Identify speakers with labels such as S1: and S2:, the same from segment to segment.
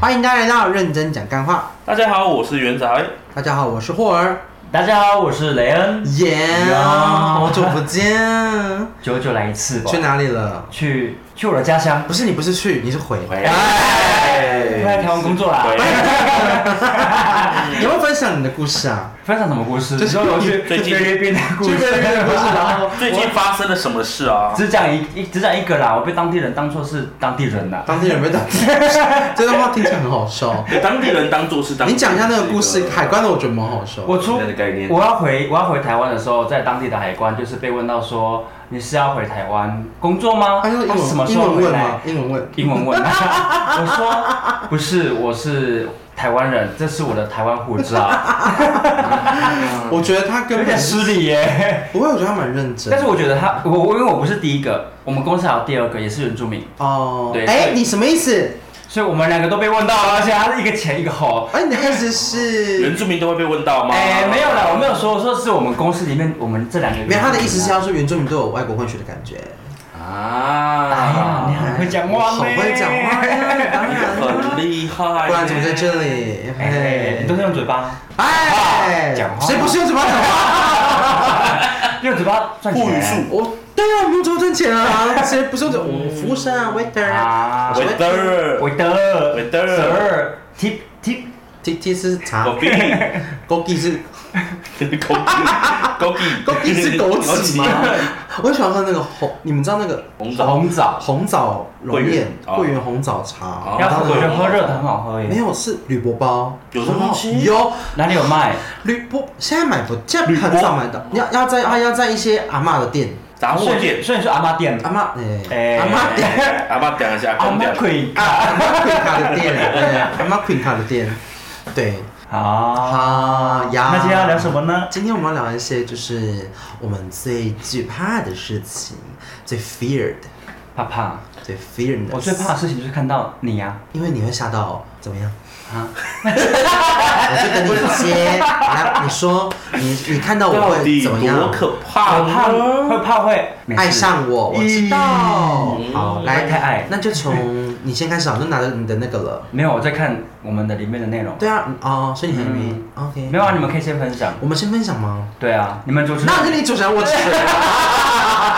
S1: 欢迎大家来到认真讲干话。
S2: 大家好，我是元仔。
S1: 大家好，我是霍尔，
S3: 大家好，我是雷恩，
S1: 耶、
S3: 呀
S1: 好久不见，
S3: 久久来一次吧
S1: 去。哪里了？
S3: 去去我的家乡
S1: 不，是你不是去，你是回。
S3: 哎，来台湾工
S1: 啊
S3: 作 啦。
S1: 你要不要分享你的故事啊？
S3: 分享什么故事？
S1: 就是
S3: 你说我去
S2: 最近
S3: 菲律宾的故
S1: 去
S3: 事，
S1: 菲律宾的故事然 后
S2: 最近发生了什么事啊？
S3: 只讲一一只讲一个啦，我被当地人当做是当地人啦。
S1: 当地人被当地，这段话听起来很好笑。
S2: 给当地人当做是当地人
S1: 你讲一下那个故事，海关的我觉得蛮好笑。
S3: 我出
S4: 那个概念
S3: 我要回我要回台湾的时候，在当地的海关就是被问到说你是要回台湾工作吗？
S1: 他用英
S3: 那什么
S1: 文
S3: 时
S1: 英
S3: 候
S1: 文
S3: 回
S1: 问
S3: 来
S1: 吗？？英文问。
S3: 英文问， 我说不是，我是台湾人，这是我的台湾护照，
S1: 我觉得他
S3: 有
S1: 根
S3: 点
S1: 本
S3: 失礼耶。
S1: 不会，我觉得他蛮认真。
S3: 但是我觉得他，我我因为我不是第一个，我们公司还有第二个也是原住民，
S1: 哦，
S3: 对
S1: 哎，
S3: 对
S1: 你什么意思？
S3: 所以我们两个都被问到了，而且他是一个前一个后。
S1: 哎，你的意思是？
S2: 原住民都会被问到吗？
S3: 哎，没有啦，我没有说，我说是我们公司里面我们这两个原住
S1: 没
S3: 民
S1: 有，
S3: 啊。
S1: 他的意思是要说原住民都有外国混血的感觉。
S3: 哎呀，
S2: 啊
S3: 你，很会讲话呢，
S1: 好会讲话哎呀，当然啦
S2: 很厉害，
S1: 不然怎么在这？里？
S3: 哎。哎，你都是用嘴 巴，
S1: 哎，
S3: 讲话
S1: 谁不是用嘴巴讲话？
S3: 用嘴巴赚钱。
S2: 不语数
S1: 我对啊，我们用怎么赚钱啊？谁不是用嘴？我们服务生啊，waiter 啊
S3: 啊，
S1: 我
S2: ，waiter，
S3: 韦德，
S2: 韦德
S3: 十二，tip tip，
S1: ，T T 是茶
S2: 狗屁，
S1: ，Gogi 是
S2: 狗屁，狗屁，
S1: Gogi 是枸杞 吗
S2: 枸杞？
S1: 我喜欢喝那个红，你们知道那个
S2: 红枣，
S3: 红枣，
S1: 红枣龙眼
S2: 桂圆
S1: 桂圆红枣茶，
S2: 哦
S3: 要
S1: 然
S3: 喝
S1: 后
S3: 我
S1: 那个
S3: 觉得喝热的很好喝
S1: 没
S3: 耶。
S1: 有是铝箔包，
S2: 有这东西
S1: 有
S3: 哪里有卖？
S1: 铝箔，现在买不，现在很少买到，你要要在啊要在一些阿嬷的店，
S2: 杂货
S3: 所以
S2: 店，
S3: 所以你说阿妈店，
S1: 阿嬷哎
S3: 哎
S1: 阿嬷店。
S2: 阿爸讲一下，
S3: 阿啊
S2: 讲
S3: 妈
S2: 讲
S3: 鬼
S1: 阿妈 Queen 卡的店，对，阿妈 Queen 卡的店，对，
S3: 啊。
S1: 啊呀。
S3: 那今天要聊什么？呢？
S1: 今天我们要聊一些就是我们最惧怕的事情，最 feared，
S3: 怕怕，
S1: 最 feared。
S3: 我最怕的，事情就是看到你呀
S1: 因为你会吓到怎么样？
S3: 啊！
S1: 我就跟你接，来，你说你你看到我
S2: 到
S1: 会
S2: 底
S1: 怎么样
S2: 多？可怕
S3: 我怕
S2: 呢？
S3: 会怕会没事
S1: 啊嗯爱上我，我知道。好，来，
S3: 太爱
S1: 那就从你先开始好，啊就拿着你的那个了。
S3: 没有，我在看我们的里面的内容。
S1: 对啊，嗯哦，所以你很晕、OK。
S3: 没有啊，你们可以先分享。
S1: 我们先分享吗？
S3: 对啊，你们主持人。
S1: 那我跟你主持人，我主 持人。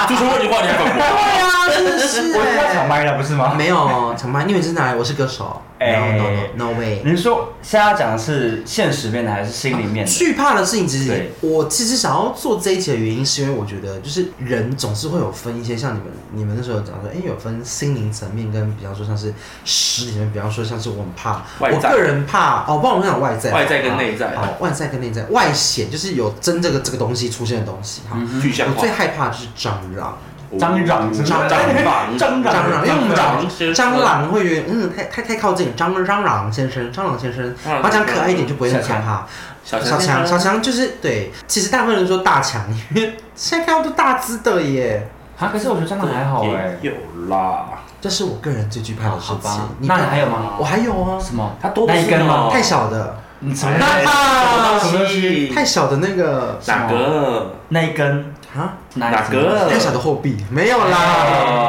S2: 就是问你话，你还反驳？
S1: 对啊，真的是
S3: 我是要抢麦了，不是吗？
S1: 没有抢麦，你以为是哪来？我是歌手。
S3: 哎
S1: No no no no way。
S3: 您说现在要讲的是现实面的还是心里面的？
S1: 惧怕的事情，其实
S3: 对
S1: 我其实想要做这一集的原因，是因为我觉得就是人总是会有分一些，像你们你们那时候有讲说，哎、有分心灵层面跟比方说像是实体层面，比方说像是我很怕，
S2: 外
S1: 我
S2: 在
S1: 个人怕哦，不然我们讲外在，
S2: 外在跟内在
S1: 好，好外在跟内在，外显就是有真这个这个东西出现的东西
S3: 嗯
S1: 哈。
S2: 具象
S1: 我
S2: 化
S1: 最，害怕的就是蟑螂，
S3: 蟑螂是不是
S2: 蟑螂，
S3: 蟑
S1: 蟑
S3: 螂
S1: 螂，因为我们
S2: 蟑
S1: 讲
S2: 螂先生
S1: 蟑螂会有点嗯，太太太靠近蟑蟑螂先生，蟑螂先生，
S2: 蟑螂
S1: 然后讲可爱一点就不会那么可
S3: 小强
S1: 怕。
S2: 小
S1: 小强，
S2: 强，
S1: 小强就是对，其实大部分人说大强，因为现在看到都大只的耶。
S3: 啊，可是我觉得蟑螂还好哎。
S2: 也有啦，
S1: 这是我个人最惧怕的事
S3: 好
S1: 情
S3: 吧。，
S1: 你
S3: 那
S1: 看
S3: 你还有？吗？
S1: 我还有啊，
S3: 什么？
S2: 它多的
S3: 那
S2: 是
S3: 一根吗
S2: 呢？
S1: 太小的，
S3: 你什
S2: 哎
S3: 么？
S1: 啊
S2: 什么东西
S1: 太小的那个
S2: 哪个？
S3: 那一根？
S1: 啊，
S3: 哪一
S2: 哪
S3: 根
S2: 个？
S1: 太小的后壁没有啦，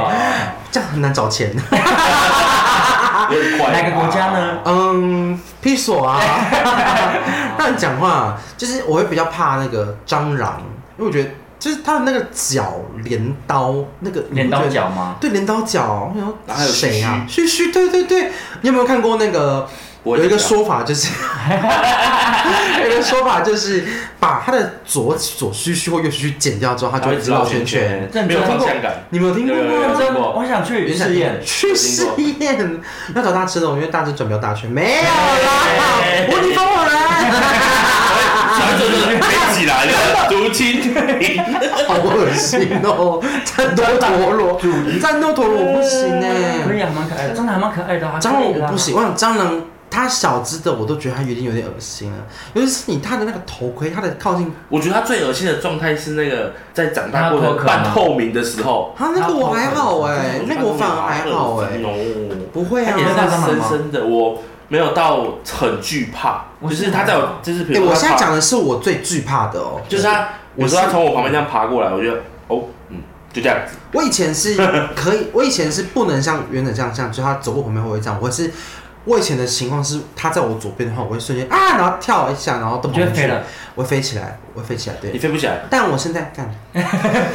S3: 哎
S2: 啊，
S1: 这样很难找钱。
S2: 有点怪吧
S3: 哪个国家？呢？
S1: 嗯，披索啊， 那你讲话就是我会比较怕那个蟑螂，因为我觉得就是它的那个脚镰刀那个
S3: 镰刀
S1: 你不觉得
S3: 脚吗？
S1: 对，镰刀脚，
S2: 然
S1: 然
S2: 后还
S1: 后
S2: 有
S1: 谁啊？须须，对对对，你有没有看过那个？
S2: 我
S1: 有一个说法就是， 有一个说法就是把他的左左须须或右须须剪掉之后，他
S2: 它
S1: 就会直绕圈圈。
S3: 认真
S2: 没有方向感。
S1: 你们有听过
S2: 有有有
S1: 吗？
S3: 真
S2: 过
S3: 我想去试验。
S1: 去试验，要找大吃的，因为大只转不了大圈，没有 啦，我你帮我来，
S2: 小九就是飞起来了，竹蜻蜓。
S1: 好恶心哦，战斗陀螺，战斗陀螺我不行哎、
S3: 可以啊，蛮可爱的，蟑螂还蛮可爱的啊。
S1: 蟑螂我不行，
S3: 行。
S1: 我想蟑螂它小只的我都觉得它有点有点恶心了，尤其是你它的那个头盔，它的靠近，
S2: 我觉得他最恶心的状态是那个在长大过程中半透明的时候，
S1: 啊那个我欸还好哎、那个我反而还好哎、
S2: 哦，
S1: 不会啊
S2: 它也，是深深的我。没有到很惧怕，
S3: 我
S2: 就是是他在我就是比
S1: 哎、
S2: 如说
S1: 我
S2: 他
S1: 现在
S2: 爬
S1: 讲的是我最惧怕的哦，
S2: 就是他，
S1: 我
S2: 我
S1: 是
S2: 说他从我旁边这样爬过来，我觉得哦，嗯，就这样子，
S1: 我以前是可 以，我以前是不能像原本这样这样，就他走过旁边我会这样，我是我以前的情况是，他在我左边的话，我会瞬间啊，然后跳一下，然后动
S3: 你就会
S1: 不去
S3: 飞了，
S1: 我会飞起来，我会飞起来，
S2: 你
S1: 对。
S2: 飞不起来。
S1: 但我现在干，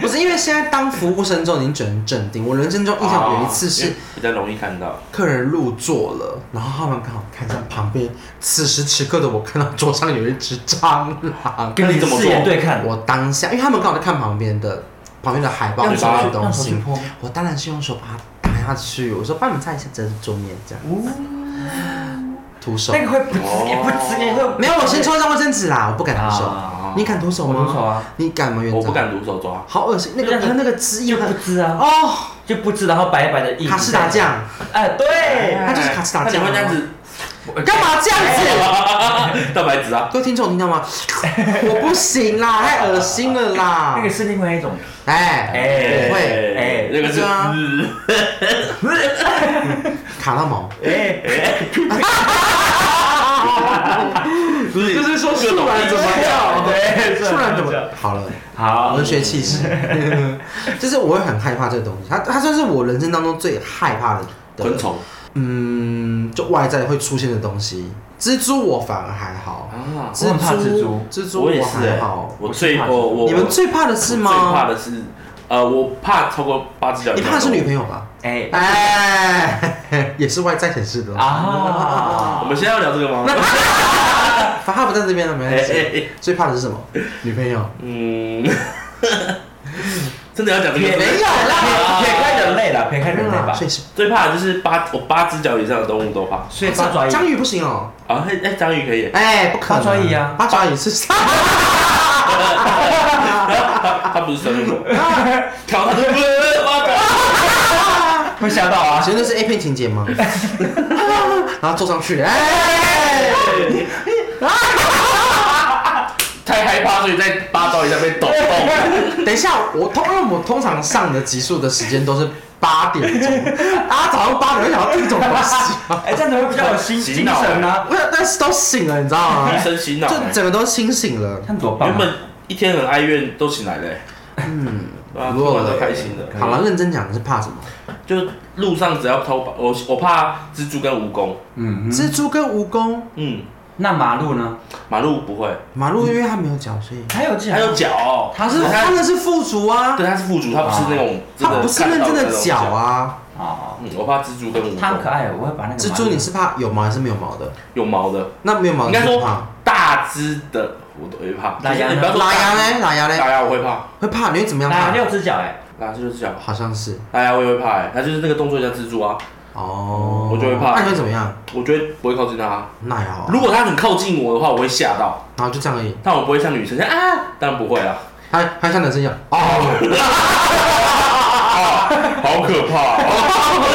S1: 不是因为现在当服务生之后，你只能镇定。我人生中印象有一次
S2: 因
S1: 是
S3: 哦
S2: 为哦比较容易看到，
S1: 客人入座了，然后他们刚好看向旁边，此时此刻的我看到桌上有一只蟑螂，
S3: 跟
S2: 那
S3: 你
S2: 你怎么
S3: 四眼
S2: 做
S3: 对看，
S1: 我当下，因为他们刚好在看旁边的旁边的海报
S3: 用
S1: 里
S3: 手
S1: 面
S3: 去
S1: 的东
S3: 用手去
S1: 西，
S3: 泼。
S1: 我当然是用手把它打下去。我说帮你们擦一下这桌面，这样徒手。
S3: 哦那个会不止也不止也会
S1: 没有，我先抽一张卫生纸啦，我不敢徒手。
S3: 啊
S1: 哦你敢徒手
S3: 我
S1: 吗？
S3: 徒手啊，
S1: 你敢吗？园长？
S2: 我不。敢徒手抓，
S1: 好恶心，那个
S3: 就这样子
S1: 它那个汁液
S3: 就不知啊，
S1: 哦，
S3: 就不知，然后白白的印。
S1: 卡士达，酱，
S3: 哎，对，
S1: 它就是卡士达
S2: 那你
S1: 酱
S2: 会这样
S1: 啊。
S2: 子
S1: 干嘛这样
S3: 哎
S1: 子？
S2: 蛋白质啊？
S1: 各位听众，你听到 吗？我不行啦，太恶心了啦
S3: 那。个是另外一种，
S1: 哎，
S3: 哎
S1: 我会
S3: 哎
S2: 那个是嗯
S1: 对啊卡到毛。
S3: 哎，
S1: 就是说树懒怎么样？
S3: 对
S1: 树懒怎么
S3: 树懒
S1: 好了？
S3: 好
S1: 文学 气质，就是我会很害怕这个东西，它它算是我人生当中最害怕的
S2: 昆，虫
S1: 嗯，就外在会出现的东西。蜘蛛我反而还好，
S2: 啊，
S3: 我很怕蜘蛛
S1: 蜘蛛
S2: 我也是
S1: 还
S2: 哎
S1: 好，。
S2: 我
S3: 我是
S2: 最
S3: 怕蜘
S2: 我
S3: 蛛
S2: 我
S1: 你们最怕的是吗？
S2: 我最怕的是，呃，我怕超过八只脚。
S1: 你怕的是女朋友吧？
S3: 哎
S1: 哎， 也是外在显示的啊。
S2: 我
S3: 啊，
S2: 们现在要聊这个吗？
S1: 反正他不在这边了，没关
S2: 哎哎
S1: 系。最怕的是什么？女朋友。
S2: 嗯， 真的要讲这
S3: 也
S2: 个？
S1: 没有啦
S3: 撇撇开人类了，撇开人类吧
S1: 所，以是
S2: 最怕的就是八我八只脚以上的动物都怕
S3: 所以八爪鱼
S1: 章鱼不行哦。
S2: 啊！嘿，哎，章鱼可 以，
S1: 哎，不可能。
S3: 八爪鱼啊
S1: 八爪鱼是啥？
S2: 它它不是生 物，
S1: 啊
S2: 跳它就呃八爪。
S3: 会吓到啊
S1: 啊，，所以那是 A 片情节吗？然后坐上去，哎，
S2: 太害怕，所以在八爪鱼上面抖 动。
S1: 等一下，我通因为我通常上的集数的时间都是八点钟，啊，早上八点我想要这种东西吗，
S3: 哎，这样子会比较有心
S2: 洗
S3: 精
S2: 脑
S3: 神啊，
S1: 不是，但是都醒了，你知道吗
S2: 医？生洗脑欸，
S1: 就整个都清醒了
S3: 这。样多棒
S2: 原
S3: 啊！
S2: 本一天很哀怨都醒来了欸，
S1: 嗯，
S2: 对啊，
S1: 不嗯
S2: 突
S1: 错
S2: 然
S1: 了
S2: 都开心了。
S1: 好了，认真讲你是怕什么？
S2: 就路上只要偷跑，我我怕蜘蛛跟蜈蚣。
S3: 嗯，
S1: 蜘蛛跟蜈蚣，
S2: 嗯，
S3: 那马路呢？
S2: 马路不会，
S1: 马路因为它没有脚，所以
S3: 还有这
S2: 它有脚哦，
S1: 它是它
S2: 它
S1: 那是附属啊，
S2: 对它是附属，它不是那种真
S1: 它
S2: 的
S1: 不是认真
S2: 看到
S1: 的
S2: 那种
S1: 脚。啊。
S3: 哦，
S2: 嗯，我怕蜘蛛跟蜈
S3: 它很可
S2: 蚣
S3: 爱，我会把那个
S1: 蜘蛛你是怕有毛还是没有毛的？
S2: 有毛的，
S1: 那没有毛
S2: 应
S1: 的
S2: 该
S1: 就不哦
S2: 说
S1: 怕。
S2: 大只的我都会怕。
S3: 拉
S2: 就是
S3: 牙呢
S2: 你不要说
S1: 拉牙嘞，拉牙嘞，
S2: 拉牙我会怕，
S1: 会怕？你会怎么样
S3: 哪
S1: 怕？
S3: 有六只脚哎，
S2: 拉就是脚，
S1: 好像是
S2: 拉牙我也会怕，哎，它就是那个动作像蜘蛛啊，
S1: 哦，
S2: 我就会怕
S1: 那你会怎么样？
S2: 我觉得不会靠近它。
S1: 那也好啊，
S2: 如果它很靠近我的话，我会吓到。
S1: 然后就这样而已。
S2: 但我不会像女生这样啊，当然不会啊，
S1: 还还像男生一样 哦，
S2: 哦好可怕、哦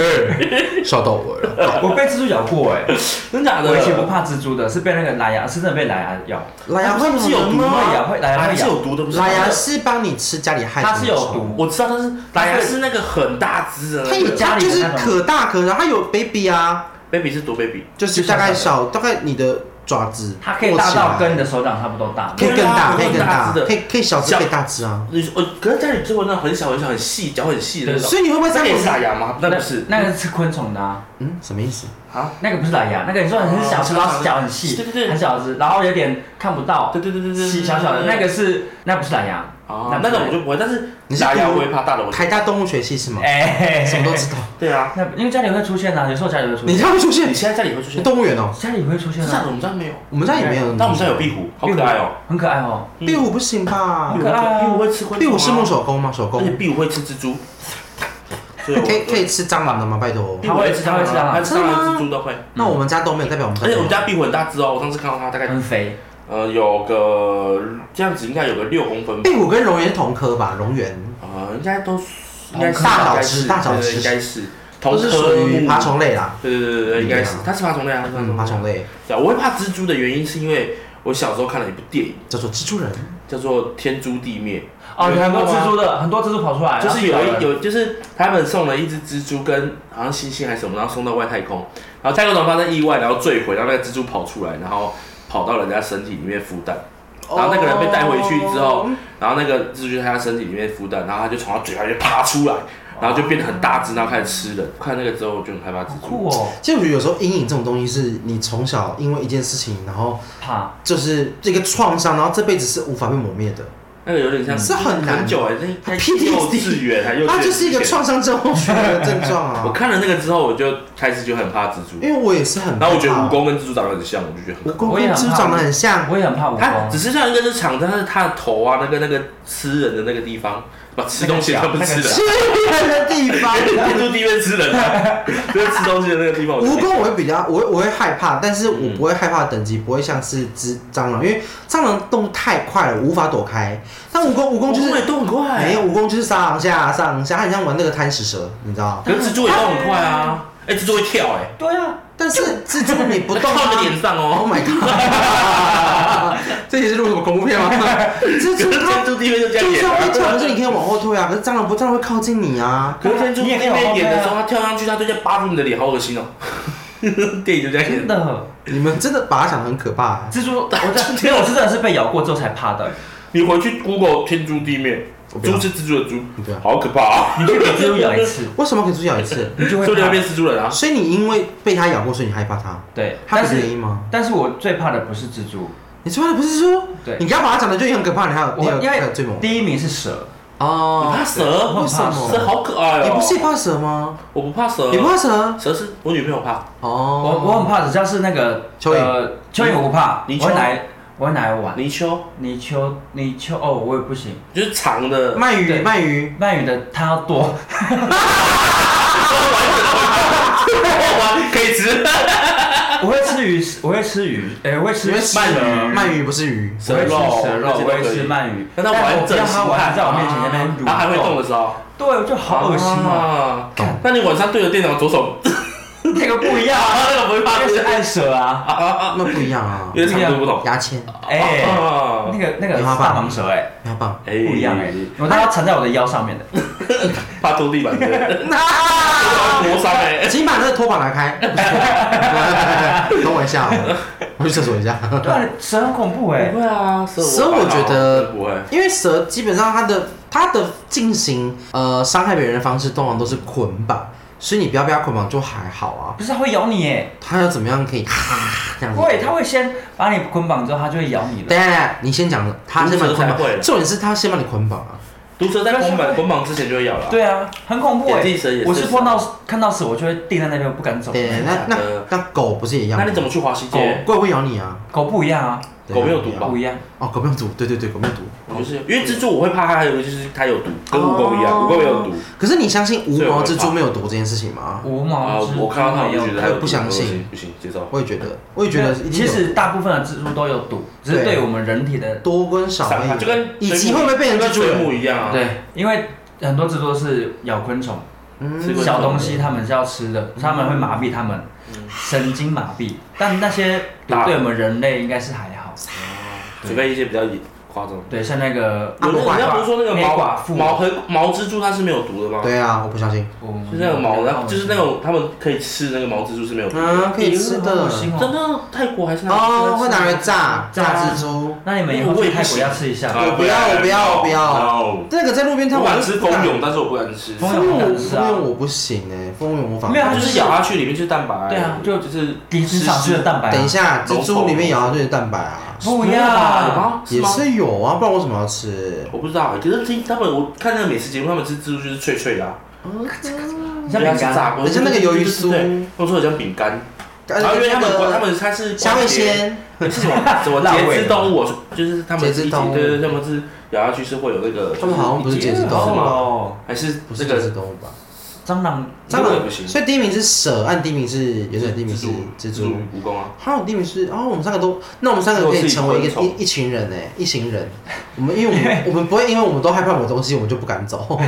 S1: 哎，笑到我了。
S3: 我被蜘蛛咬过哎，
S2: 真假的？
S3: 我以前不怕蜘蛛的，是被那个拉牙，是真的被拉牙咬，
S1: 拉牙会
S2: 是有毒
S1: 人
S2: 吗？
S3: 会咬会来
S2: 牙
S3: 会
S2: 是
S3: 咬，
S2: 有毒的，不是吗？
S1: 拉牙是帮你吃家里害
S3: 它
S1: 虫
S3: 是
S1: 的
S3: 有
S1: 虫
S3: 毒，
S2: 我知道，但是
S3: 它
S2: 拉
S3: 是
S2: 牙是那个很大只的那个，
S1: 它有
S3: 家
S1: 它
S3: 里的
S1: 就是
S3: 那种
S1: 可大可小，它有 baby 啊，
S2: baby 是多 baby，
S1: 就是
S3: 就
S1: 大
S3: 像
S1: 概
S3: 小
S1: 小大概你的爪子，
S3: 它可以大到跟你的手掌差不多大，
S1: 可以更大，可
S2: 对啊
S1: 以更
S2: 大
S1: 大，
S2: 只的
S1: 可以可以小只
S2: 小
S1: 可以大只啊。
S2: 你我可是家里做那种很小很小很细脚很细的那种，
S1: 所以你会不会
S2: 那
S1: 在
S2: 也
S1: 我？
S2: 是拉牙吗？那不是
S3: 那个是昆虫的啊，
S1: 嗯，什么意思？
S2: 啊？
S3: 那个不是拉牙，那个你说很小，
S2: 哦
S3: 手掌脚很细，
S2: 对对对
S3: 很小只，然后有点看不到，
S2: 对对对对对，
S3: 细小小的那个是那不是拉牙，
S2: 啊，那种我就不会，但是
S1: 你是
S2: 拉牙我会怕，大的我
S1: 台大动物学系是吗？
S3: 哎，
S1: 什么都知道。
S2: 对啊，
S3: 那因为家里会出现啊，有时候家里会出
S1: 你
S3: 现，
S1: 家会出现
S2: 你 现在家里会出现？
S1: 动物园哦？
S3: 家里会出现
S2: 这样
S3: 啊
S2: 的，我们家没有，
S1: 我们家也没有。
S2: 但我们家有壁虎，好可爱哦。
S3: 很可爱哦，
S1: 壁虎不行吧
S3: 嗯？可爱啊
S2: 壁虎会吃昆虫啊
S1: 壁虎是木手工吗？手
S2: 而且
S1: 工
S2: 壁虎会吃蜘蛛，所
S1: 可以
S2: 我
S1: 可以吃蟑螂的吗？拜托
S2: 壁。虎会吃
S3: 它会吃蟑螂
S2: 它吃蟑
S1: 真的吗
S2: 螂、蜘蛛都会。
S1: 那我们家都没有，代表哎我们家
S2: 而
S1: 没有
S2: 且我们家壁虎很大只哦，我上次看到它大概
S3: 很肥，
S2: 呃有个这样子，应该有个六公分吧，
S1: 壁虎跟蝾螈同科吧？蝾螈
S2: 呃，应该都是应该是
S1: 大小
S2: 应该
S1: 只
S2: 是
S1: 大小
S2: 对对
S1: 只
S2: 应该是同
S1: 都是属
S2: 科
S1: 于
S2: 目
S1: 爬。虫类啦，
S2: 对对对对对，应该是
S1: 嗯
S2: 它是爬虫类啊，它是
S1: 嗯，爬虫。类。
S2: 对啊，我会怕蜘蛛的原因是因为我小时候看了一部电影，
S1: 叫做蜘蛛人，
S2: 叫做《天诛地灭》。
S3: 哦，
S2: 你
S3: 有
S2: 有看
S3: 很多
S2: 过吗
S3: 蜘蛛的，很多蜘蛛跑出
S1: 哎
S3: 来，
S2: 就是
S3: 然
S2: 有
S3: 后咬人
S2: 一有就是他们送了一只蜘蛛跟好像星星还是什么，然后送到外太空，然后太空中发生意外，然后坠毁，然后那个蜘蛛跑出来，然后跑到人家身体里面孵蛋，然后那个人被带回去之后，
S1: 哦
S2: 然后那个蜘蛛就在他身体里面孵蛋，然后他就从他嘴巴里面爬出来，然后就变得很大只，然后开始吃人。看那个之后我就很害怕蜘
S3: 好
S2: 蛛，
S3: 酷哦，
S1: 其实我觉得有时候阴影这种东西是你从小因为一件事情，然后
S3: 怕
S1: 就是这个创伤，然后这辈子是无法被磨灭的。
S2: 那个有点像
S1: 是很难
S2: 很久哎、那
S1: PTSD
S2: 幼稚园 还幼稚园之前，
S1: 它就是一个创伤症候群的症状
S2: 我
S1: 啊。
S2: 看了那个之后，我就开始就很怕蜘蛛，
S1: 因为我也是很怕，
S2: 然后我觉得蜈蚣跟蜘蛛长得很像，我就觉得很
S1: 蜈蚣
S3: 我
S1: 跟
S3: 也很
S1: 蜘蛛
S3: 怕
S1: 长得很像，啊
S3: 我也很怕蜈
S2: 它
S3: 蚣
S2: 只。是像一个是长，但是它的头啊，那个那个吃人的那个地方，不吃东西，
S3: 那个
S2: 它
S3: 角
S2: 不是吃 人，
S1: 吃人的地方。
S2: 天诛地面吃人啊， 就是吃东西的那个地方。我就
S1: 蜈蚣我会比较，我会我会害怕，但是
S2: 嗯
S1: 我不会害怕的等级不会像是只蟑螂，因为蟑螂动太快了，无法躲开。但蜈蚣
S2: 哦
S1: 蜈蚣就是
S2: 蚣也动很快，
S1: 没有，蜈蚣就是上下上下，它很像玩那个贪食蛇，你知 道？
S2: 可是蜘蛛也动很快啊，哎，蜘蛛会跳哎，
S3: 对啊，
S1: 但是蜘蛛你不 动、
S2: 它靠
S1: 啊
S2: 你的，脸上
S1: Oh
S2: 哦。
S1: my god！这 也是录什么恐怖片 吗？蜘
S2: 可
S1: 蛛
S2: 是
S1: 它
S2: 天诛地面就这样
S1: 就
S2: 演
S1: 算会跳，可是你
S2: 啊。
S1: 可以往后退啊。可是蟑螂不，蟑螂会靠近你啊。
S2: 可是天诛地面演的时候，它跳上去，它就这样扒住你的脸，好恶心哦。 电影就这样演
S3: 真。的，
S1: 你们真的把它想得很可怕、欸。
S3: 蜘蛛，我 真，因为我是真的是被咬过之后才怕的。
S2: 你回去 Google 天诛地面，
S1: 我不要
S2: 猪是蜘蛛的猪
S1: 你不要，
S2: 好可怕啊！
S3: 你去给蜘蛛咬一 次，
S1: 为什么可以主角一 次？
S3: 你就会
S2: 所以你会
S3: 怕。
S2: 变蜘蛛人啊？
S1: 所以你因为被它咬过，所以你害怕它。
S3: 对，
S1: 它
S3: 但
S1: 不是原
S3: 是
S1: 因吗？
S3: 但是我最怕的不是蜘蛛，
S1: 你最怕的不是说，
S3: 对
S1: 你刚把它长得就已经很可怕，你还有
S3: 我
S1: 你还有
S3: 因
S1: 还
S3: 为
S1: 有最猛
S3: 第一名是蛇，
S2: 你
S1: 哦
S2: 怕蛇？
S1: 为什么？
S3: 我很怕
S2: 蛇好可爱哦、
S1: 你不是也怕蛇吗？
S2: 我不怕蛇，
S3: 呃
S1: 你不怕蛇？
S2: 蛇是我女朋友怕。
S1: 哦，
S3: 我我很怕的，像是那个
S1: 蚯蚓
S3: 呃蚯蚓我不怕，
S2: 泥
S3: 我
S2: 鳅
S3: 会拿来我会拿来玩。
S2: 泥鳅
S3: 泥鳅泥鳅哦，我也不行。
S2: 就是长的，
S1: 鳗鱼，
S3: 对
S1: 鳗鱼，
S3: 鳗鱼的它要多，
S2: 玩可以吃。
S3: 我会吃鱼，我会吃鱼，哎，我会吃
S1: 你会吃
S3: 鳗鱼，
S1: 鳗鱼不是鱼，
S3: 我会吃蛇 肉，
S2: 蛇肉
S3: 我会吃鳗鱼，
S2: 但它玩
S3: 我不
S2: 整
S3: 让
S2: 形
S3: 它玩在我面
S1: 啊
S3: 前那边蠕
S2: 它还会动的时候，
S3: 对，我就好恶心哦。
S2: 啊！那你晚上对着电脑左手，
S3: 那个不一样
S2: 啊
S3: 啊，
S2: 那个不会怕
S3: 那个是暗蛇啊，
S2: 啊啊
S1: 那不一样啊
S2: 啊！，因为长度不同。
S1: 牙签，
S3: 哎，
S2: 啊
S3: 那个那个
S1: 你
S3: 是
S1: 好
S3: 大
S1: 棒
S3: 蟒蛇哎，
S1: 你好 棒！
S2: 哎
S3: 不一样哎，我它要缠在我的腰上面的，
S2: 怕拖地 板的，
S1: 啊
S2: 磨伤哎。
S1: 请把那个拖把拿 开，等我一下哦，我去厕所一 下。
S3: 对啊，蛇很恐怖哎，
S2: 会啊，蛇
S1: 蛇我觉得
S2: 不会。
S1: 因为蛇基本上它的它的进行呃伤害别人的方式通常都是捆绑，所以你不要被它捆绑就还好啊。
S3: 不是它会咬你哎，
S1: 它要怎么样可以这样子？
S3: 会，它会先把你捆绑之后，它就会咬你了。
S1: 等一下，等一下，你先讲，它先把你捆
S2: 毒蛇才
S1: 绑，
S2: 会
S1: 重点是它先把你捆绑啊。
S2: 毒蛇在捆绑捆绑之前就会咬了。
S3: 对啊，很恐怖哎
S2: 眼镜蛇也，是
S3: 我是碰到看到蛇，我就会定在那边，我不敢走。
S1: 对，那那
S2: 呃
S1: 那狗不是也一样吗？
S2: 那你怎么去华西
S1: 狗
S2: 街？
S1: 狗会不会咬你啊？
S3: 狗不一样啊，
S1: 对
S2: 狗没有毒吧
S3: 不一样。
S1: 哦，狗没有毒，对对对，狗没有毒。
S2: 我就是因为蜘蛛，我会怕它，还有一个就是它有毒，跟蜈蚣一样，
S1: 哦
S2: 蜈蚣也有毒。
S1: 可是你相信无
S2: 所以我
S1: 毛
S2: 会
S1: 蜘
S2: 怕
S1: 蛛没有毒这件事情吗？
S3: 无
S2: 啊，
S3: 毛蜘蛛
S2: 我看到它，我
S3: 没有
S2: 就觉得它有毒
S1: 不相信
S2: 不行，不行，接受。
S1: 我也觉得，我也觉得一定
S3: 其
S1: 有
S3: 实大部分的蜘蛛都有毒，只是
S1: 对
S3: 对我们人体的
S1: 多跟少
S2: 散
S1: 而
S2: 开
S1: 已
S2: 就跟
S1: 以
S2: 水
S1: 及
S2: 母
S1: 会不会变成蜘蛛
S2: 就跟水
S1: 人？
S2: 母一样啊？，
S3: 对，因为很多蜘蛛都是咬昆虫，
S1: 嗯
S2: 吃过
S3: 小东西它们是要吃的，
S2: 嗯
S3: 它们会麻痹它们，神经麻痹。但那些毒
S2: 大
S3: 对我们人类应该是还好，
S2: 除非一些比较夸张。
S3: 对，像那个
S1: 啊
S2: 有人
S1: 寡
S2: 家不是说那个
S3: 黑寡
S2: 毛
S3: 妇
S2: 毛和毛蜘蛛它是没有毒的吗？
S1: 对啊，我不相信。
S2: 就是那种毛，然后就是那种他们可以吃那个毛蜘蛛是没有毒的。
S1: 嗯，可以吃
S3: 好
S1: 的
S3: 恶。心
S2: 真
S3: 哦。
S2: 的，泰国还是哪里
S1: 哦，会拿来炸
S3: 炸
S1: 炸蜘蛛。
S3: 那你们以后去泰国要吃一下，
S1: 我不要我不要我不要
S2: 要。
S1: 这个在路边摊
S2: 啊哦我
S1: 我
S2: 敢
S1: 就
S2: 吃
S1: 不
S2: 蜂
S1: 敢
S2: 蛹，但是我不敢吃。
S3: 蜂
S1: 蜂
S3: 蛹
S1: 蛹
S3: 不敢吃
S1: 蜂
S3: 啊
S1: 蛹我不行哎，蜂蛹我反
S3: 没有
S1: 而
S2: 它就是咬下去，里面就是蛋白。
S3: 对啊
S2: 就就是
S3: 你吃上去的蛋白啊。
S1: 等一下，
S2: 龙
S1: 蜘蛛
S2: 头
S1: 里面咬的就是蛋白啊，
S3: 不
S2: 没有吧有
S3: 要，
S2: 吗？
S1: 也
S2: 吗
S1: 是有啊，不然为什么要吃？
S2: 我不知道，可是听他们，我看那个美食节目，他们吃蜘蛛就是脆脆的、啊，
S3: 你像饼
S2: 就是
S3: 干，
S2: 炸过，
S1: 很像那个鱿鱼酥
S2: 对，他们说很像饼干，
S1: 而
S2: 然后因为
S1: 且
S2: 他
S1: 那
S2: 们关他
S1: 个
S2: 们他是
S1: 虾
S2: 关
S1: 味
S2: 节
S1: 鲜，
S2: 是什么什么
S3: 辣味
S2: 节
S3: 的
S2: 肢动物，我说就是他们
S1: 节肢
S2: 一起
S1: 动物
S2: 对对对，他们是咬下去是会有那个，
S1: 他们好像不是节肢动
S2: 是
S1: 物吧，
S2: 吗
S3: 哦，
S2: 还是
S1: 不
S2: 那
S1: 是节肢
S2: 个
S1: 动物吧？
S3: 蟑螂，
S1: 蟑
S2: 那个也
S1: 螂
S2: 不行
S1: 所以第一名是蛇，按第一名是原水，第一名是蜘蛛。
S2: 蜈蚣啊，
S1: 还有第一名是，哦，我们三个都，那我们三个可以成为一个
S2: 我是一个
S1: 一一群人哎，一行人。我们因为我 们我们不会，因为我们都害怕某东西，我们就不敢 走。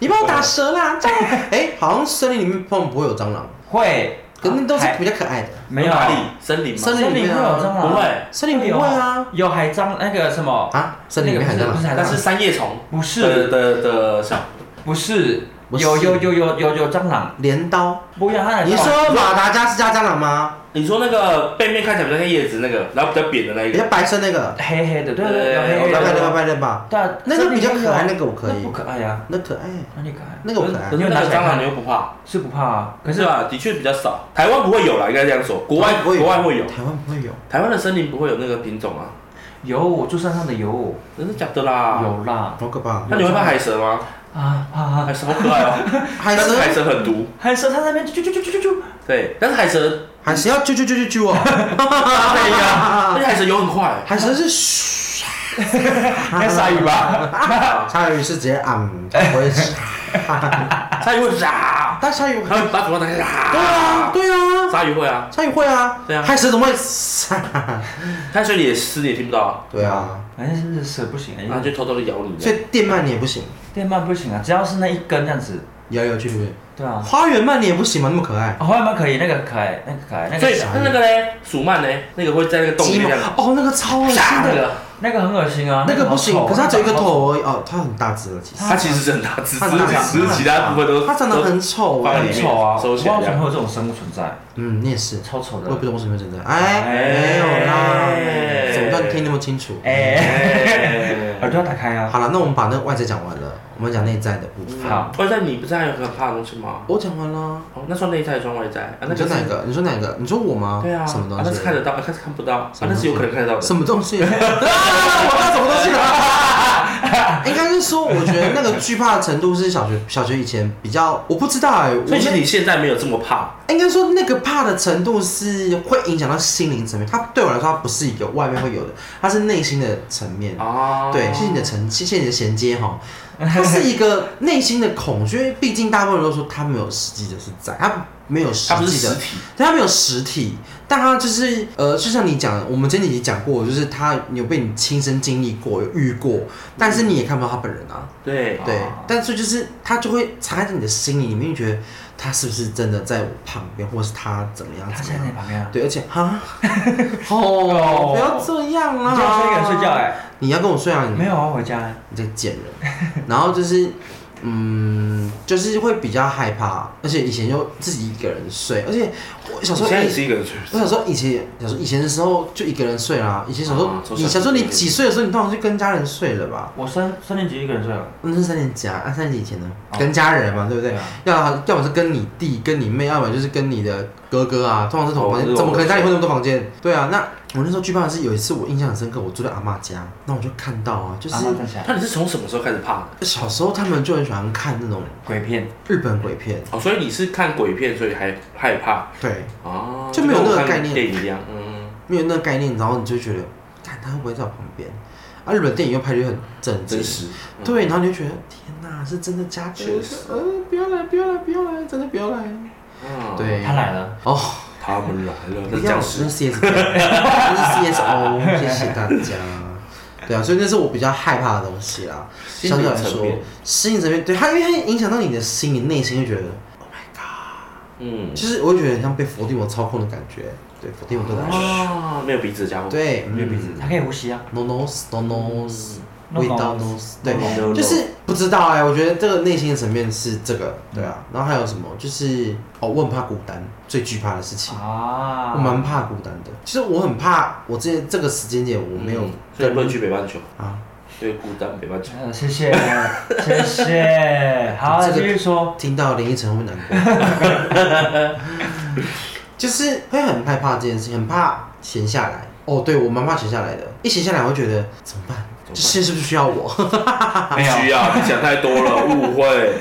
S1: 你帮我打蛇啦！蟑螂，哎、好像森林里面碰不会有蟑螂，
S3: 会
S1: 可能都是
S4: 海
S1: 比较可爱的。
S4: 没有
S2: 哪里森林吗？
S1: 森林里面
S4: 会有蟑
S1: 啊，
S4: 螂，
S2: 不会，
S1: 森林不会啊
S4: 有海蟑那个什么，
S1: 啊，森林里面
S4: 那
S1: 很
S4: 个
S1: 蟑
S4: 不
S1: 螂
S4: 是。海蟑
S2: 但
S4: 螂，
S2: 是三叶虫
S4: 不
S2: 的
S4: 是
S2: 的的小
S4: 不是
S1: 不是
S4: 有有有有有有蟑螂，
S1: 镰刀，
S4: 不一样，它的
S1: 你说马达加斯加蟑螂吗？
S2: 你说那个背面看起来比较像叶子那个，然后比较扁的那
S1: 比
S2: 一个，
S1: 较白色那个，
S4: 黑黑的，对对
S2: 对
S4: 对，有黑黑
S1: 白
S4: 的
S1: 白
S4: 对
S1: 的
S4: 对
S1: 吧
S4: 对，
S1: 白的吧，
S4: 但
S1: 那个比较可爱，
S4: 那
S1: 那个我可以
S4: 不，可爱呀，
S1: 那可哎爱，
S4: 那你可爱，
S1: 那个我可爱
S4: 可。是
S2: 那
S4: 拿
S2: 个
S4: 起来
S2: 蟑螂你
S4: 看
S2: 又不怕，
S4: 是不怕啊，可
S2: 可是
S4: 是
S2: 吧，的确比较少，台湾不会有啦，应该这样说，国外
S1: 不会有
S2: 国外会有，啊
S1: 台湾不会有，
S2: 台湾的森林不会有那个品种啊，
S4: 有住山上的有
S2: 真的假的啦？
S4: 有啦
S1: 好可怕！
S2: 那你会怕海蛇吗？
S4: 啊怕啊
S2: 海，蛇好可爱哦，
S1: 海
S2: 但是
S1: 蛇，
S2: 海蛇很毒，
S4: 还蛇它在那边啾啾啾啾啾啾，
S2: 对，但是海蛇，
S1: 海蛇要啾啾啾啾啾哦！
S2: 哎
S1: 啊
S2: 呀，而且海蛇游很快，
S1: 海蛇 是嘘，
S4: 还鲨鱼吧，
S1: 鲨鱼是直接啊，它不会吃。
S2: 鲨鱼会啊，
S1: 但鲨鱼，
S2: 它会把嘴巴打开
S1: 对啊，
S2: 啊，
S1: 对啊，
S2: 鲨鱼会啊，
S1: 鲨鱼会啊，
S2: 对啊
S1: 海蛇怎么会？
S2: 它水里也湿，你也听不到啊，
S1: 对啊，
S4: 反正哎是蛇不行，啊
S2: 然后就偷偷的咬你，
S1: 所以电鳗你也不行，
S4: 电鳗不行啊，只要是那一根这样子，
S1: 摇来摇去对不对？
S4: 对啊，
S1: 花园鳗你也不行吗？那么可爱，
S4: 哦，后面可以，那个可爱，那个可爱，那
S2: 所
S4: 个
S2: 以那那个嘞，鼠鳗嘞，那个会在那个洞里
S1: 鸡毛
S2: 面这样，
S1: 哦，那个超恶心
S2: 啪
S1: 的，
S2: 那个。
S4: 那个很恶心啊，
S1: 那个不行
S4: 好，丑啊
S1: 可是它只有一个，头而已哦，它很大只了，其实
S2: 它其实是很大只，只
S1: 它很大
S2: 是只是其他部分都
S1: 它长得很丑
S2: 放在
S1: 哎
S2: 里
S4: 很
S2: 面，
S4: 丑啊，
S2: 收
S4: 我不
S2: 起
S4: 知道
S2: 来
S4: 为什么会有这种生物存在，
S1: 嗯，你也是，
S4: 超丑
S1: 我也不
S4: 的，
S1: 懂为什么会存在，哎，没
S4: 哎
S1: 有啦，
S2: 哎
S1: 怎么让你听那么清楚？
S4: 哎，耳
S2: 哎，
S4: 朵要打开啊，
S1: 好了，那我们把那个外在讲完了，我们讲内在的部分。
S4: 好，
S2: 外在你不是还有很怕的东西吗？
S1: 我讲完了，
S2: 哦，那算内在，算外在啊？那
S1: 你说
S2: 是
S1: 哪？个？你说哪个？你说我吗？
S2: 对啊，
S1: 什么东
S2: 啊那
S1: 西
S2: 是？看得到，啊看是看不到，啊
S1: 什么
S2: 那
S1: 东
S2: 是
S1: 西
S2: 有可能看得到的。
S1: 什么东 西？啊我看什么东西了？应该是说，我觉得那个惧怕的程度是小学小学以前比较，我不知道哎、我
S2: 所以其实
S1: 那
S2: 你现在没有这么怕，
S1: 应该说那个怕的程度是会影响到心灵层面。它对我来说，它不是一个外面会有的，它是内心的层面。
S2: 哦，
S1: 对，谢谢你的承，谢谢你的衔接哈。它是一个内心的恐惧，因为毕竟大部分人都说他没有实际的是在，他没有实
S2: 它不是
S1: 际的
S2: 实体，
S1: 对，他没有实体，但他就是呃，就像你讲，我们前几集讲过，就是他有被你亲身经历过，有遇过，但是你也看不到他本人啊，
S2: 对
S1: 对
S4: 啊，
S1: 但是就是他就会藏在你的心里，你面，觉得他是不是真的在我旁边，或是他怎么样
S4: 它
S1: 怎
S4: 现在在你
S1: 么样。
S4: 旁边啊，
S1: 对，而且 哈，哦，不要这样
S4: 你
S1: 啦！
S4: 今天睡一个人睡觉哎，
S1: 你要跟我睡啊？你
S4: 没有啊，回家了，
S1: 你在贱 人，然后就是嗯，就是会比较害怕，而且以前就自己一个人睡，而且我小时
S2: 你
S1: 候
S2: 现在
S1: 以
S2: 也是一个人睡，
S1: 我小时候以前小时候以前的时候就一个人睡啦，以前小时候、
S2: 啊从小
S1: 你哦小时候
S2: 就
S1: 你
S2: 一个人
S1: 几岁的时候你通常是跟家人睡了吧？
S4: 我三三年级一个人睡了，
S1: 那是三年级啊，啊三年级以前呢，
S4: 哦
S1: 跟家人嘛，对不对？
S4: 啊，
S1: 要要么是跟你弟、跟你妹，要么就是跟你的哥哥啊，通常是同房间，
S2: 哦
S1: 怎么可能家里会那么多房间？对啊，那我那时候惧怕的是有一次我印象很深刻，我住在阿嬷家，那我就看到啊，就是
S4: 阿妈站起来，
S2: 那你是从什么时候开始怕的？
S1: 小时候他们就很喜欢看那种
S4: 鬼片，
S1: 日本鬼片，
S2: 哦，所以你是看鬼片，所以还害怕
S1: 对，
S2: 啊？
S1: 就没有那个
S2: 跟我看
S1: 概念
S2: 电影一样，嗯，
S1: 没有那个概念，然后你就觉得，看他会不会在我旁边？啊，日本电影又拍的很正
S2: 真实。嗯
S1: 对，然后你就觉得天哪，是真的假的？
S2: 确实
S1: 呃，不要来，不要来，不要来，真的不要来。
S2: 嗯
S1: 对嗯
S4: 他来了，
S1: 哦，
S2: 他们来了，
S1: 不
S2: 那
S1: 要，
S2: 这样
S1: 那
S2: 是
S1: 是 CS，那是 CSO，谢谢大家。对啊，所以那是我比较害怕的东西啦。
S2: 心
S1: 相对
S2: 理
S1: 来
S2: 层
S1: 说
S2: 面，，
S1: 心理层面，对它，因为它影响到你的心理内心，就觉得，
S2: 嗯，
S1: 就是我会觉得很像被伏地魔操控的感觉。对，伏地魔对来
S2: 啊，没有鼻子的家伙，，
S1: 对，嗯
S4: 没有鼻子，它可以呼吸啊，
S1: ，no nose，no nose，
S4: No
S1: 味道
S4: nose
S1: nose，对，
S2: No
S1: 就是不知道哎、我觉得这个内心的层面是这个，对啊。
S4: 嗯
S1: 然后还有什么？就是哦，我很怕孤单，最惧怕的事情。
S4: 啊，
S1: 我蛮怕孤单的，其实我很怕，我之前这个时间点我没有
S2: 嗯所以
S1: 跟
S2: 不能去北半球，
S1: 啊，
S2: 因为孤单北半球。
S4: 呃谢谢，谢 谢。好，啊
S1: 这个
S4: 继续说。
S1: 听到林依晨会不会难过， 就是会很害怕这件事情，很怕闲下来。哦，对我蛮怕闲下来的，一闲下来我会觉得怎么办？这世界是不是需要我？啊
S2: 不需要，你想太多了，误会。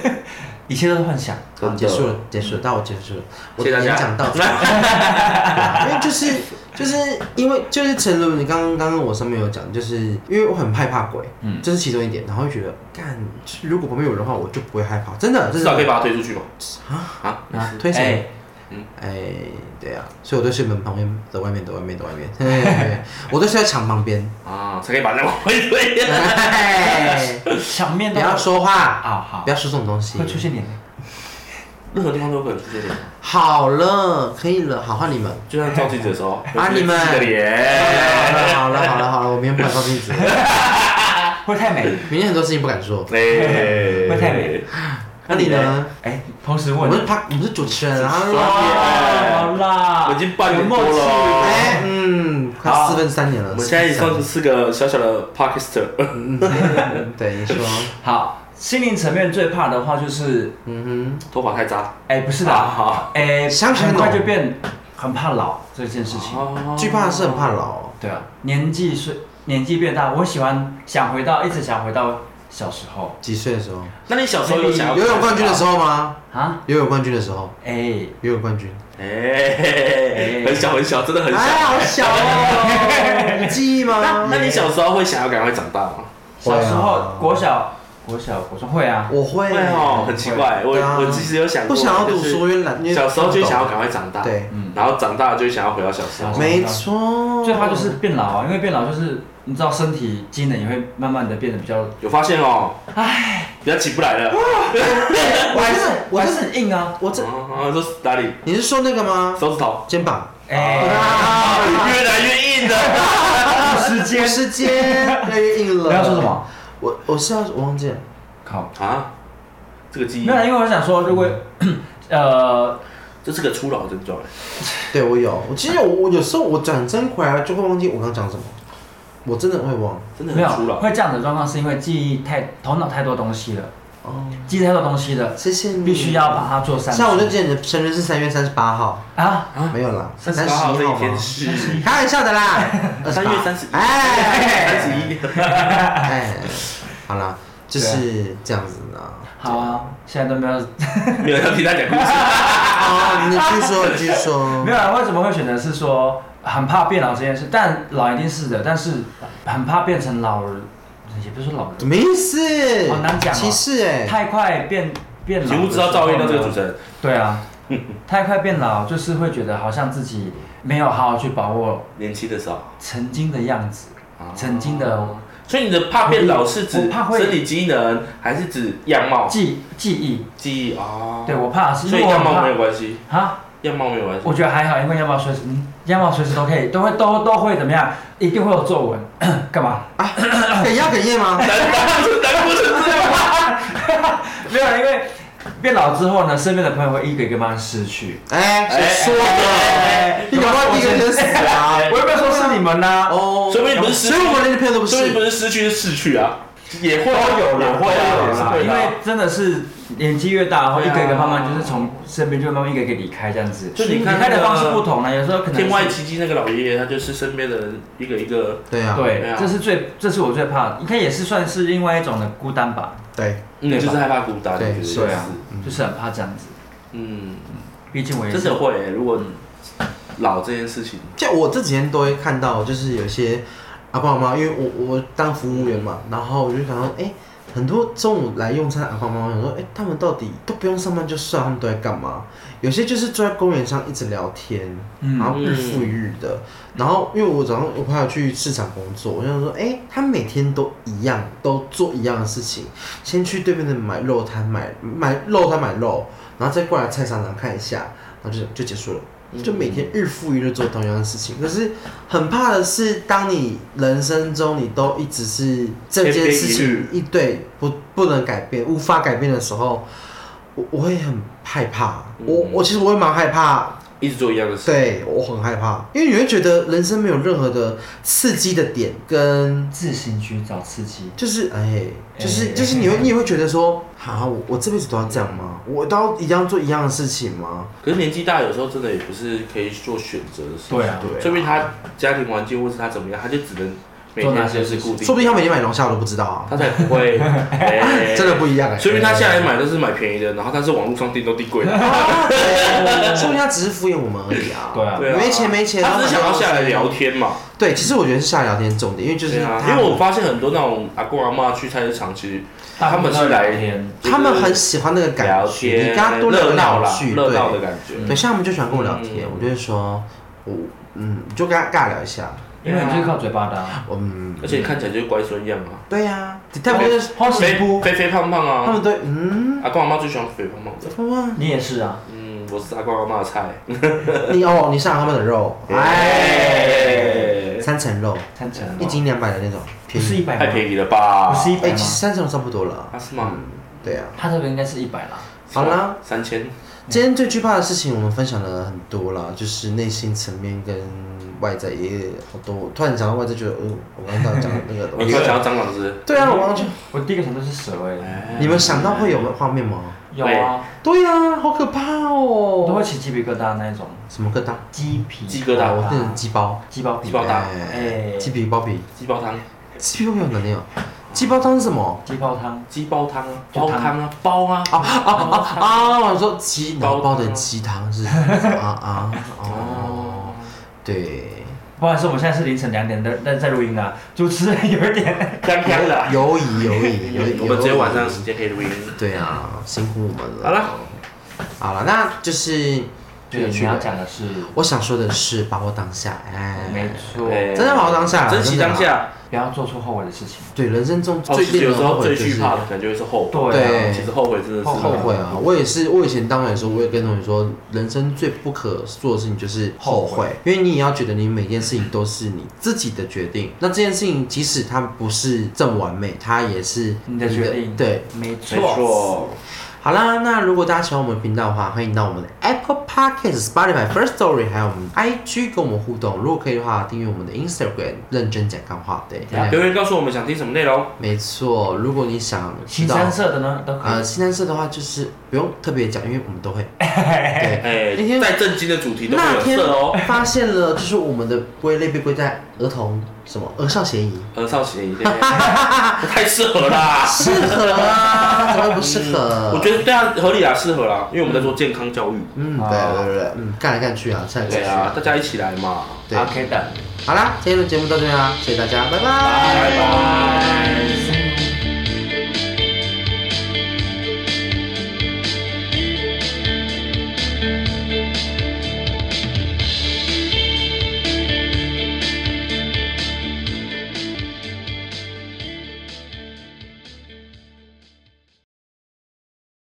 S4: 一切都是幻想。
S2: 真
S1: 好，
S2: 的
S1: 结束了，结束了，到我结束了，我
S2: 谢谢
S1: 的
S2: 大家
S1: 演讲到此。对啊因为就是就是因为就是陈如，你刚刚刚刚我上面有讲，就是因为我很害怕鬼，嗯，这是其中一点，然后会觉得干，就是如果旁边有人的话，我就不会害怕，真 的，
S2: 至
S1: 真
S2: 少可以
S1: 的。
S2: 把他推出去吧。啊
S4: 啊
S1: 嗯推谁
S4: 哎
S1: 哎，对啊，所以我都是门旁边的外面的外面的外面， 嘿嘿嘿我都是在墙旁边。
S2: 啊啊！才可以把那往 回推。
S1: 哎
S4: 墙面
S1: 不
S4: 都
S1: 要说话，
S4: 啊，好
S1: 不，要说这种东西。
S4: 会出现脸。
S2: 任何地方都有可能出现脸盲，
S1: 好了，可以了，好换你们。
S2: 就像照镜子的时候，
S1: 啊你们
S2: 有自己的 脸，
S1: 好了好了好了，我明天不敢照镜子了，
S3: 会太美，
S1: 明天很多事情不敢说。
S2: 哎，
S3: 会太美。
S1: 那你呢？
S3: 哎，同时
S1: 我
S3: 问
S1: 们，是 p 我们是主持人啊。
S2: 哎
S3: 好啦，
S2: 我已经半
S3: 有
S2: 年多
S3: 默契
S2: 了。
S1: 哎，嗯，快
S3: 好
S1: 四分之三年了。
S2: 我们现在也
S1: 四分之
S2: 算是个小小的 parkister，
S1: 嗯三年对你说，
S3: 好，心灵层面最怕的话就是，
S1: 嗯
S2: 头发太渣。
S3: 哎，不是
S1: 啊
S2: 好
S3: 的，
S2: 好，
S3: 哎，
S1: 想起来
S3: 很快
S1: 懂
S3: 就变很怕老这件事情。
S1: 哼，最怕的是很怕老。
S3: 对啊，年纪是年纪变大，我喜欢想回到一直想回到小时候
S1: 几岁的时候？
S2: 那你小时候有想要
S1: 游泳冠军的时候吗？
S3: 啊，
S1: 游泳冠军的时候，
S3: 哎，
S1: 游泳冠军。
S2: 哎，很小很小，真的很小。
S1: 哎，好小哦，记忆
S2: 那
S1: 吗？
S2: 那你小时候会想要赶快长大吗？
S3: 小时
S1: 会啊
S3: 候国小国小国中会啊，
S1: 我会
S2: 会哦，很奇怪，我
S1: 对啊
S2: 我其实有想
S1: 不
S2: 过，
S1: 想要读
S2: 就是
S1: 书，因为懒，因为
S2: 小时候就想要赶快长大，，嗯
S1: 对，
S2: 然后长大了就想要回到小时候。
S1: 没错，
S3: 嗯最怕就是变老啊，因为变老就是你知道身体机能也会慢慢的变得比较，
S2: 有发现哦，唉，比较起不来了。
S1: 我还是我
S3: 还
S1: 还
S3: 是
S1: 是
S3: 很硬啊，
S1: 我这，
S2: 啊，这是哪里？
S1: 你是说那个吗？
S2: 手指头
S1: 肩膀？
S3: 哎，
S2: 啊，越来越硬 的。
S3: 时间
S1: 时间越来越硬了。
S3: 不要说什？么，
S1: 我我是要我忘记了，
S3: 靠，
S2: 啊，这个记忆
S3: 没有，啦，因为我想说，如果
S1: 嗯
S3: 呃，
S2: 这是个初老症状。欸
S1: 对我有，我其实我我有时候我转身回来就会忘记我刚讲什么，我真的会忘。
S2: 真的
S3: 没有
S2: 很初老。
S3: 会这样的状况，是因为记忆太头脑太多东西了，
S1: 哦，
S3: 记忆太多东西了，
S1: 谢谢你。
S3: 必须要把它做删除。
S1: 像我就记得你的生日是三月三十八号，
S3: 啊，
S2: 啊
S1: 没有啦，
S2: 三
S1: 三
S2: 十
S1: 十
S2: 八号
S1: 一
S2: 这一
S1: 号
S2: 天
S1: 吗？
S2: 是
S1: 开玩笑的啦，
S2: 三月三十一，
S1: 哎，
S2: 三十一，
S1: 哎，好啦，就是这样子的。
S3: 好啊，现在都没 有，
S2: 没有人要听他讲故事。
S1: 哦，你继续说，继续说
S3: 没。有啊，为什么会选择是说很怕变老这件事？但老一定是的，但是很怕变成老人，也不是说老人，
S1: 什么意思？
S3: 好难讲哦
S1: 歧视哎、
S3: 太快变变老的时
S2: 请
S3: 候呢。
S2: 勿知道赵薇到这个主持人，
S3: 对啊，太快变老就是会觉得好像自己没有好好去把握
S2: 年轻的时候，
S3: 曾经的样子，
S2: 啊
S3: 曾经的
S2: 所以你的怕变老是指
S3: 我怕会
S2: 身体机能，还是指样貌、
S3: 记记忆。
S2: 记忆啊？
S3: 对我怕是因
S2: 所以
S3: 为我
S2: 样
S3: 很
S2: 貌没
S3: 怕
S2: 有关系，
S3: 啊，
S2: 样貌没有关系。
S3: 我觉得还好，因为样貌随时，嗯，样貌随时都可以，都会都都会怎么样，一定会有皱纹， 干嘛？
S1: 哽咽要哽咽吗？
S2: 难难不成难不成这样吗？
S3: 没有，因为变老之后呢，身边的朋友会一个一个慢慢失去。
S1: 哎、谁说的？你搞不好第一个先死啊！
S3: 我又没有说是你们啊呐、
S1: 哦，
S2: 说不定不是失
S1: 所以我
S2: 去，
S1: 连朋友都不
S2: 说不定不
S1: 是。
S2: 是失去，是逝去啊，也会啊
S3: 都有啦
S2: 也会啊，也是会
S3: 因为
S2: 的啊。
S3: 真的是年纪越大，会
S2: 对
S3: 一
S2: 啊
S3: 个一个慢慢就是从身边就慢慢一个一个离开这样子。
S2: 就你
S3: 离
S2: 看
S3: 开
S2: 那
S3: 的
S2: 个
S3: 方式不同了，有时候可能
S2: 天外
S3: 是
S2: 奇迹那个老爷爷，他就是身边的人一个一个，
S1: 对啊，
S2: 对
S3: 对
S2: 啊，
S3: 这是最这是我最怕的，应该也是算是另外一种的孤单吧，
S1: 对，
S2: 嗯，
S3: 对吧
S2: 就是害怕孤单，
S1: 对
S2: 我觉得也
S3: 对啊
S2: 是
S3: 就是很怕这样子。
S2: 嗯，
S3: 毕竟我也
S2: 真
S3: 是
S2: 的会欸。如果老这件事情，
S1: 就我这几天都会看到，就是有些阿公阿妈，因为我我当服务员嘛，然后我就想到，哎、很多中午来用餐的阿公阿妈，我想说，哎、他们到底都不用上班就算，他们都在干嘛？有些就是坐在公园上一直聊天，
S3: 嗯
S1: 然后日复一日的。然后因为我早上我朋友去市场工作，我就想说，哎、他每天都一样，都做一样的事情，先去对面的买肉摊买买肉摊买肉，然后再过来菜场上看一下，然后就就结束了。
S2: 嗯
S1: 就每天日复一日做同样的事情，可是很怕的是，当你人生中你都一直是这件事
S2: 千篇一
S1: 情
S2: 律
S1: 一对不不能改变、无法改变的时候，我我会很害怕。
S2: 嗯
S1: 我我其实我会蛮害怕
S2: 一直做一样的事，
S1: 对我很害怕，因为你会觉得人生没有任何的刺激的点，跟
S3: 自行寻找刺激。
S1: 就是哎，就是
S3: 哎
S1: 就是你会你也会觉得说，啊，我我这辈子都要这样吗？我都要一样做一样的事情吗？
S2: 可是年纪大，有时候真的也不是可以做选择的事情。
S3: 对啊，
S1: 对啊
S2: 说明他家庭环境或是他怎么样，他就只能每
S3: 做那
S2: 天
S3: 些
S2: 就是固定，
S1: 说不定他每天买龙虾我都不知道啊，
S2: 他才不会哎
S1: 真的不一样哎、
S2: 所以他下来买都是买便宜的，然后但是网络上订都订贵的，
S1: 啊对说不定他只是敷衍我们而已啊。
S3: 对啊
S2: 对啊
S1: 没钱没钱，
S2: 他只是想要下来聊
S1: 天。
S2: 天嘛。
S1: 对，其实我觉得是下来聊天是重点，因为就是
S2: 对啊，
S1: 他
S2: 因为我发现很多那种阿公阿妈去菜市场，其实他们是来
S3: 聊天，
S1: 他们很喜欢那个感
S2: 聊
S1: 觉，你
S2: 天，
S1: 跟他多聊
S2: 热闹
S1: 两
S2: 啦，
S1: 句，
S2: 热
S1: 对
S2: 闹的感觉。
S1: 对，像他们就喜欢跟我聊天，
S2: 嗯
S1: 我就会说，我嗯，就跟他尬聊一下，
S4: 因为你就是靠嘴巴的啊、
S1: 嗯，
S2: 而且你看起来就是乖孙样啊，
S1: 对呀、他们就是
S4: 花喜
S2: 肥
S4: 不？
S2: 肥肥胖胖
S1: 他
S2: 啊，
S1: 们对，嗯，
S2: 阿公阿妈最喜欢肥胖胖的。
S1: 哇，
S4: 你也是啊，
S2: 嗯，我是阿公阿妈的菜。
S1: 你哦，你上了他们的肉，哎，
S2: 哎，
S1: 三层肉，
S4: 三成
S1: 一斤两百的那种，
S4: 不
S1: 便
S4: 是一
S1: 宜，
S4: 百
S2: 太
S4: 吗？
S2: 便宜了吧？
S4: 不是一百
S1: 哎，
S4: 吗
S1: 其？实三层肉差不多了嗯
S2: 啊，，是吗？
S1: 对呀、
S4: 他这个应该是一百啦。
S1: 好啦，
S2: 三千。
S1: 今天最惧怕的事情，我们分享了很多啦，就是内心层面跟外在也好多。我突然讲到外在，觉得，嗯，我刚刚讲的那个
S2: 我
S1: 东
S2: 刚
S1: 西，
S2: 刚讲到嗯蟑螂是不是？
S1: 对啊，我刚刚就，
S4: 我第一个想到是蛇哎、
S1: 你们想到会有画面吗？
S4: 有啊，
S1: 对呀、好可怕
S4: 我都
S1: 哦！
S4: 会起鸡皮疙瘩那一种，
S1: 什么疙瘩？
S4: 鸡皮
S2: 鸡疙瘩
S1: 我变成鸡包，
S4: 鸡包皮
S2: 鸡包大
S1: 哎
S4: 哎
S1: 鸡皮包皮，
S2: 鸡煲汤，
S1: 鸡包皮有能力哦。鸡包汤是什么？
S4: 鸡泡汤，
S2: 鸡煲汤啊，
S4: 就汤
S2: 煲汤啊，煲啊。
S1: 啊啊啊啊！我说鸡脑包的鸡汤是啊啊哦，
S2: 哦，
S1: 对，
S4: 不好意思，我们现在是凌晨两点的，在在录音啊，主持人有一 点，
S2: 香香的啊。
S1: 犹疑犹疑犹疑，
S2: 我们只有晚上
S1: 犹疑
S2: 时间可以录音。
S1: 对啊，辛苦我们了。
S2: 好了，
S1: 好了，那就是
S3: 对，你要讲的是，
S1: 我想说的是，把握当下，哎，
S3: 没错，
S2: 哎
S1: 真的把握当下，
S2: 珍惜
S1: 真
S2: 当
S1: 的啊。
S2: 下。
S4: 不要做出后悔的事情。
S1: 对，人生中
S2: 哦，
S1: 最
S2: 其实
S1: 令
S2: 有
S1: 人
S2: 时
S1: 后
S2: 候
S1: 悔的
S2: 最惧
S1: 就是
S2: 怕的可能就会是后悔。
S1: 对
S4: 对啊，
S2: 其实后悔真的是
S1: 后悔啊！我也是，我以前当然的时候，我也跟同学说，人生最不可做的事情就是后悔，因为你也要觉得你每件事情都是你自己的决定。那这件事情即使它不是这么完美，它也是
S4: 你的决定
S1: 对，
S4: 没
S2: 没错。
S1: 好啦，那如果大家喜欢我们的频道的话，欢迎到我们的 Apple Podcast、Spotify、First Story，还有我们 IG 跟我们互动。如果可以的话，订阅我们的 Instagram，认真讲干话。对，
S2: 留言告诉我们想听什么内容。
S1: 没错。如果你想知
S4: 新
S1: 道
S4: 三色的呢都可
S1: 呃
S4: 以，
S1: 新三色的话，就是不用特别讲，因为我们都会。对，
S2: 哎
S1: 那天，
S2: 再震惊的主题都会
S1: 那
S2: 有
S1: 天
S2: 色哦。
S1: 发现了，就是我们的归类被归在儿童什么儿少嫌疑，
S2: 很呃少奇， 对不太适合啦。
S1: 适合啊，怎么会不适合？
S2: 我觉得对啊，合理啦，适合啦，因为我们在做健康教育。
S1: 嗯，对对对，嗯，干来干去啊，干来干
S2: 对
S1: 去
S2: 啊，大家一起来嘛。
S1: 对
S3: 啊，OK 的。
S1: 啊好啦，今天的节目到这边啦，谢谢大家，拜拜
S2: 拜拜。